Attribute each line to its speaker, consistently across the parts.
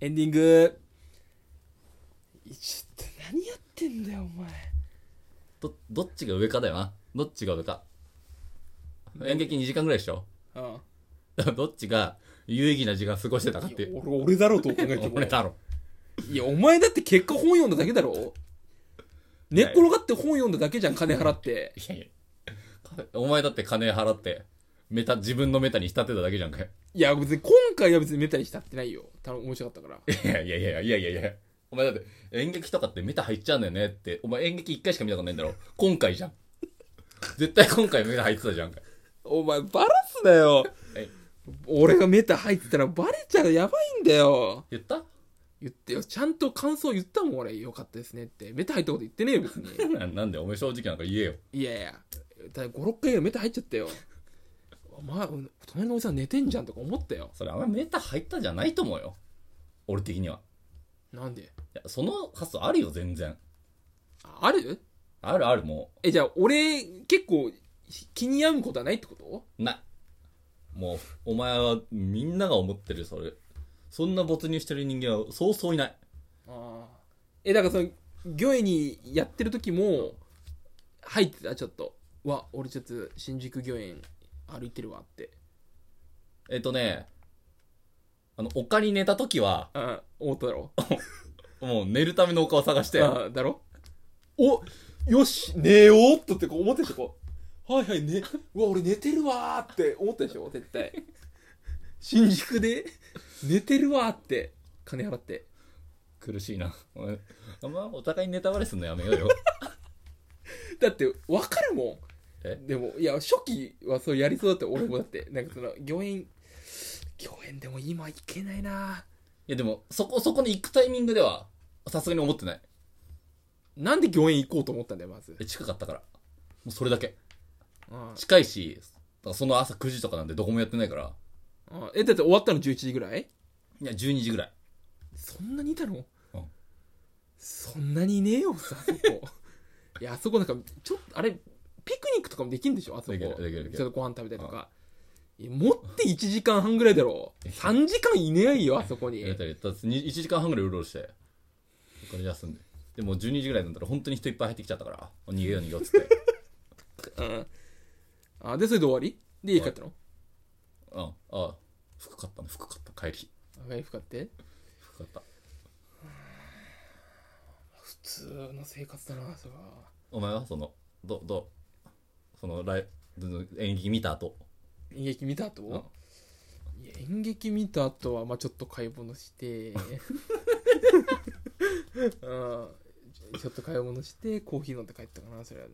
Speaker 1: エンディングちょっと何やってんだよお前
Speaker 2: どどっちが上かだよなどっちが上か演劇2時間ぐらいでしょ
Speaker 1: あ
Speaker 2: どっちが有意義な時間過ごしてたかっていう
Speaker 1: 俺俺だろうと考えても
Speaker 2: 俺だろ
Speaker 1: いやお前だって結果本読んだだけだろ寝っ転がって本読んだだけじゃん金払って
Speaker 2: いやいや お前だって金払ってメタ自分のメタに仕立てただけじゃんかよ
Speaker 1: いや別に今回は別にメタに浸ってないよた面白かったから
Speaker 2: いやいやいやいやいやいやお前だって演劇とかってメタ入っちゃうんだよねってお前演劇1回しか見たことないんだろ今回じゃん絶対今回メタ入ってたじゃんか
Speaker 1: お前バラすなよ
Speaker 2: はい
Speaker 1: 俺がメタ入ってたらバレちゃうやばいんだよ
Speaker 2: 言った
Speaker 1: 言ってよちゃんと感想言ったもん俺よかったですねってメタ入ったこと言ってねえよ別に
Speaker 2: ななんでお前正直なんか言えよ
Speaker 1: いやいや56回ぐらいメタ入っちゃったよ お前隣のおじさん寝てんじゃんとか思ったよ
Speaker 2: それあんまメタ入ったじゃないと思うよ俺的には
Speaker 1: なんで
Speaker 2: いやその発想あるよ全然
Speaker 1: あある
Speaker 2: あるあるも
Speaker 1: えじゃあ俺結構気に病むことはないってこと
Speaker 2: うないもうお前はみんなが思ってるそれそんな没入してる人間はそうそういない
Speaker 1: ああえだからその魚影にやってる時も入ってたちょっとうわ俺ちょっと新宿魚影歩いてるわって
Speaker 2: えっとねあの丘に寝た時は
Speaker 1: うん思っただろ
Speaker 2: もう寝るための丘を探して
Speaker 1: うんだろおよし寝ようっとってこう思ったでしょこうはいはいねうわ俺寝てるわーって思ったでしょ絶対新宿で寝てるわーって金払って
Speaker 2: 苦しいなお前あんまお互いネタバレすんのやめようよ
Speaker 1: だって分かるも
Speaker 2: え
Speaker 1: んでもいや初期はそうやりそうだった俺もだってなんかその御苑御苑でも今行けないない
Speaker 2: やでもそこそこに行くタイミングではさすがに思ってない
Speaker 1: なんで御苑行こうと思ったんだよまず
Speaker 2: え近かったからもうそれだけ
Speaker 1: うん
Speaker 2: 近いしだからその朝9時とかなんでどこもやってないから
Speaker 1: うんえだって終わったの11時ぐらい
Speaker 2: いや12時ぐらい
Speaker 1: そんなにいたの、
Speaker 2: うん
Speaker 1: そんなにいねえよさあそこ いやあそこなんかちょっとあれピクニックとかもできるんでしょあそこ
Speaker 2: できるできるできる
Speaker 1: ちょっとご飯食べたりとか、いや持って1時間半ぐらいだろ3時間いねえよあそこに
Speaker 2: やったりだってに1時間半ぐらいうろうろしてお金休んででもう12時ぐらいになったら本当に人いっぱい入ってきちゃったから逃げよう逃げようっつって
Speaker 1: う んあでそれで終わりで家帰ったの
Speaker 2: うんああ服買ったね服買った帰り
Speaker 1: 赤い服買って
Speaker 2: 服買った
Speaker 1: 普通の生活だなそれは
Speaker 2: お前はそのどどうそのライ演劇見た後
Speaker 1: 演劇見た後いや演劇見た後はまあちょっと買い物して うんちょっと買い物してコーヒー飲んで帰ったかなそれは、う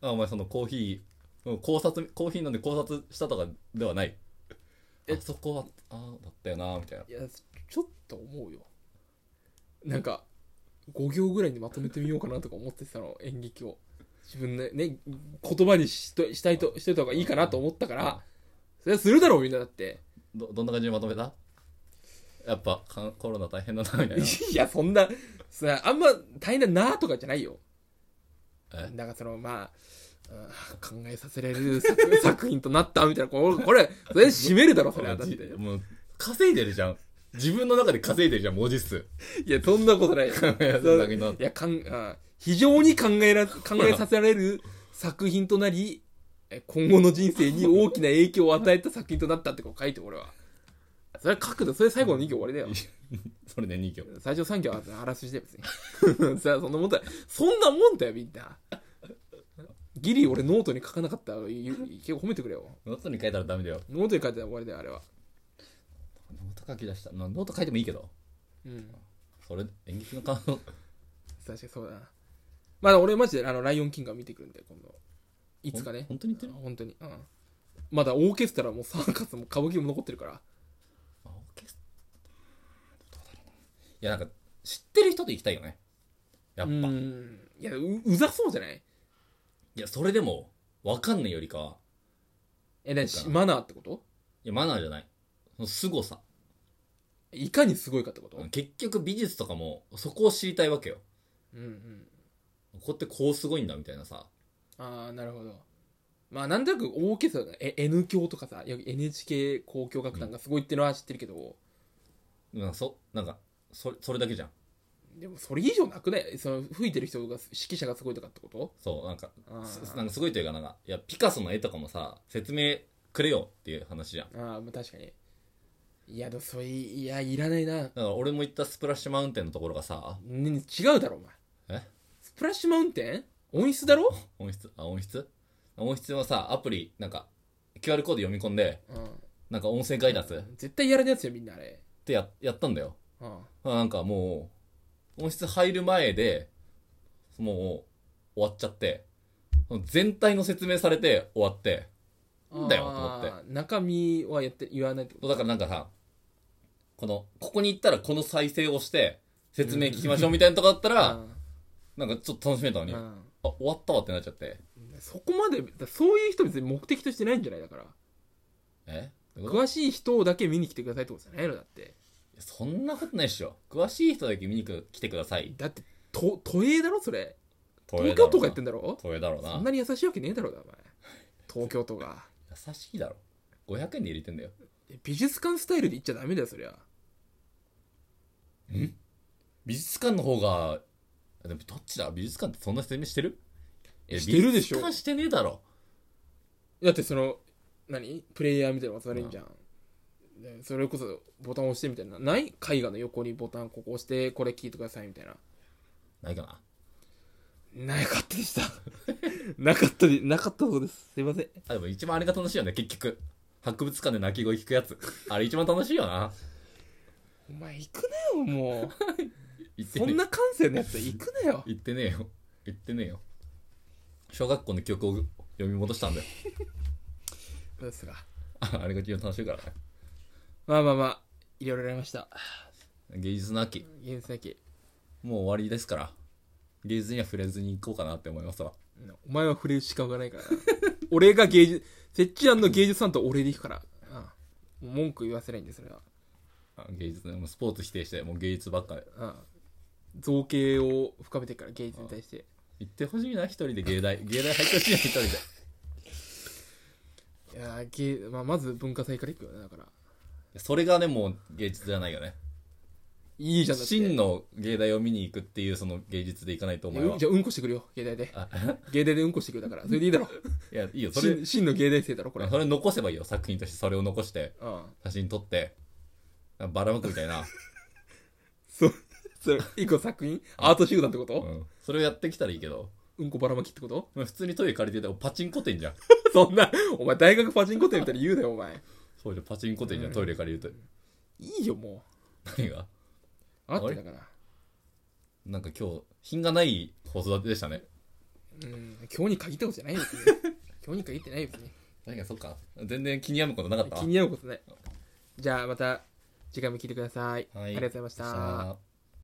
Speaker 2: あお前そのコーヒーうん考察コーヒー飲んで考察したとかではない
Speaker 1: え
Speaker 2: えそこはああだったよなみたいなん
Speaker 1: いやちょっと思うよなんか5行ぐらいにまとめてみようかなとか思ってたの演劇を自分でね言葉にしとしたいとしといた方がいいかなと思ったからそれはするだろうみんなだって
Speaker 2: どどんな感じでまとめたやっぱかんコロナ大変だなみたい な
Speaker 1: いや、そんな、さ、あんま大変だなとかじゃないよ。
Speaker 2: え
Speaker 1: なんかその、まあ、うん考えさせられる作 作品となったみたいな、これ、これ、それ締めるだろ、それは。だって。
Speaker 2: じもう稼いでるじゃん自分の中で稼いでるじゃん文字数
Speaker 1: いや、そんなことない。
Speaker 2: 考えさせるだけになっ
Speaker 1: いや、かん、あ非常に考えら、考えさせられる作品となり、え今後の人生に大きな影響を与えた作品となったってこう書いて、俺は。それは書くと、それ最後の2行終わりだよ。
Speaker 2: それで2行
Speaker 1: 最初3行はあらすじだよ、別に。 さあ、そんなもんだよ。そんなもんだよ、みんな。ギリ俺ノートに書かなかったらゆ結構褒めてくれよ。
Speaker 2: ノートに書いたらダメだよ
Speaker 1: ノートに書いてたら終わりだよ、あれは。
Speaker 2: ノート書き出したまあノート書いてもいいけど
Speaker 1: うん。
Speaker 2: それ演劇の感想
Speaker 1: 確かにそうだな。まあ俺マジであの、ライオンキングは見てくるんで、今度。いつかね。
Speaker 2: ほん本当に言ってる
Speaker 1: 本当に。うん。まだオーケストラもサーカスも歌舞伎も残ってるから。
Speaker 2: あオーケストラどうだろうないやなんか知ってる人と行きたいよねやっ
Speaker 1: う
Speaker 2: ぱ、い
Speaker 1: ん。いやう、うざそうじゃない
Speaker 2: やそれでも分かんないよりかは
Speaker 1: え、なに
Speaker 2: そうか
Speaker 1: マナーってこと
Speaker 2: いやマナーじゃないその凄さ
Speaker 1: いかにすごいかってことうん
Speaker 2: 結局美術とかもそこを知りたいわけよ
Speaker 1: うん。
Speaker 2: ここってこうすごいんだみたいなさ
Speaker 1: ああなるほどまあなんとなくオーケストラがえ N 教とかさよく NHK 交響楽団がすごいってのは知ってるけど、
Speaker 2: なんかそなんかそそれだけじゃん
Speaker 1: でもそれ以上なくないその吹いてる人が指揮者がすごいとかってこと
Speaker 2: そうなんか
Speaker 1: あー
Speaker 2: すなんかすごいというかなんかいやピカソの絵とかもさ説明くれよっていう話じゃん
Speaker 1: ああまあ確かにいやでもそれいやいらないな、
Speaker 2: だから俺も行ったスプラッシュマウンテンのところがさ
Speaker 1: ね、違うだろお前
Speaker 2: え
Speaker 1: スプラッシュマウンテン音質だろ、
Speaker 2: 音質あ音質音質のさアプリなんか QR コード読み込んで
Speaker 1: う
Speaker 2: なんか音声ガイダンスっ
Speaker 1: ん、絶対やらないやつよみんなあれ、
Speaker 2: てややったんだよ
Speaker 1: うん、
Speaker 2: あなんかもう、音質入る前で、もう、終わっちゃって、全体の説明されて終わって、なんだよと思って
Speaker 1: あー中身はやって言わないってこと
Speaker 2: だからなんかさ、この、ここに行ったらこの再生をして、説明聞きましょうみたいなとこだったら、なんかちょっと楽しめたの
Speaker 1: うん
Speaker 2: に、
Speaker 1: う
Speaker 2: あ、
Speaker 1: ん
Speaker 2: 終わったわってなっちゃって。
Speaker 1: そこまでだそういう人別に目的としてないんじゃないだから
Speaker 2: えどういうことい
Speaker 1: 詳しい人だけ見に来てくださいってことじゃないのだって
Speaker 2: やそんなことないっしょ。詳しい人だけ見に来来てください。
Speaker 1: だってと都営だろそれ
Speaker 2: 東
Speaker 1: 東京都がやってんだろ
Speaker 2: 東映だろう
Speaker 1: そんな
Speaker 2: な。
Speaker 1: に優しいわけねえだろうがお前東京都が
Speaker 2: 優しいだろ。500円で入れてんだよ。
Speaker 1: 美術館スタイルで行っちゃダメだよそりゃ
Speaker 2: 美術館の方が、でもどっちだ美術館ってそんな説明してるいや
Speaker 1: してるでしょ
Speaker 2: 美術館してねえだろ。
Speaker 1: だってその何プレイヤーみたいなのが座れんじゃん、でそれこそボタン押してみたいなない絵画の横にボタンここ押してこれ聞いてくださいみたいな
Speaker 2: ないかな。
Speaker 1: なかったで したなかったでなかったそうですすいません
Speaker 2: あ、でも一番あれが楽しいよね、結局。博物館で泣き声聞くやつ。あれ一番楽しいよな。
Speaker 1: お前行くなよもう
Speaker 2: 行って
Speaker 1: そ
Speaker 2: ね
Speaker 1: ん
Speaker 2: え。
Speaker 1: な感性のやつ行くな よ
Speaker 2: 行ってねえよ。行ってねえよ。小学校の記憶を読み戻したんだよ。
Speaker 1: そうですが
Speaker 2: ああれが一番楽しいからね。
Speaker 1: まあまあまあいろいろやりました
Speaker 2: 芸術の秋。
Speaker 1: 現世紀
Speaker 2: もう終わりですから。芸術には触れずに行こうかなって思いますわ。
Speaker 1: お前は触れる資格がないからな 俺が芸術せっちゃんの芸術さんと俺で行くから、うん、文句言わせないんでそれは
Speaker 2: あ芸術ね、もうスポーツ否定して、もう芸術ばっかで。
Speaker 1: うん造形を深めていくから芸術に対して
Speaker 2: 行ってほしいな、一人で芸大。 芸大入ってほしいな、一人で。
Speaker 1: いやー芸、まあ、まず文化祭から行くよねだから
Speaker 2: それがね、もう芸術じゃないよね。
Speaker 1: いいじゃんだって
Speaker 2: 真の芸大を見に行くっていうその芸術でいかないと思う
Speaker 1: いや
Speaker 2: よ
Speaker 1: じ。ゃあうんこしてくるよ芸大で
Speaker 2: あ
Speaker 1: 芸大でうんこしてくるだからそれでいいだろ
Speaker 2: いや、いいよ、 それ、
Speaker 1: 真真の芸大生だろこれ、うん、
Speaker 2: それ残せばいいよ、作品としてそれを残して、写真撮って、ばらまくみたいな。
Speaker 1: そうそれ一個作品アート集団ってこ
Speaker 2: う
Speaker 1: と、
Speaker 2: ん。それをやってきたらいいけど、
Speaker 1: うん、こばらまきってこと
Speaker 2: まあ普通にトイレ借りてたらパチンコ店じゃん。
Speaker 1: そんなお前大学パチンコ店みたいに言うなよお前
Speaker 2: そうじゃん、パチンコ店じゃん、トイレ借りる
Speaker 1: いいよも
Speaker 2: と。何が
Speaker 1: うあっ
Speaker 2: あれ
Speaker 1: てだから
Speaker 2: なんか今日、品がない子育てでしたね。
Speaker 1: うん今日に限ったことじゃないです ね今日に限ってないですね
Speaker 2: 何か、そっか。全然気に病むことなかったわ
Speaker 1: 気になることないじゃあまた次回も聞いてください、
Speaker 2: は
Speaker 1: あり
Speaker 2: い
Speaker 1: がとうございました
Speaker 2: さあ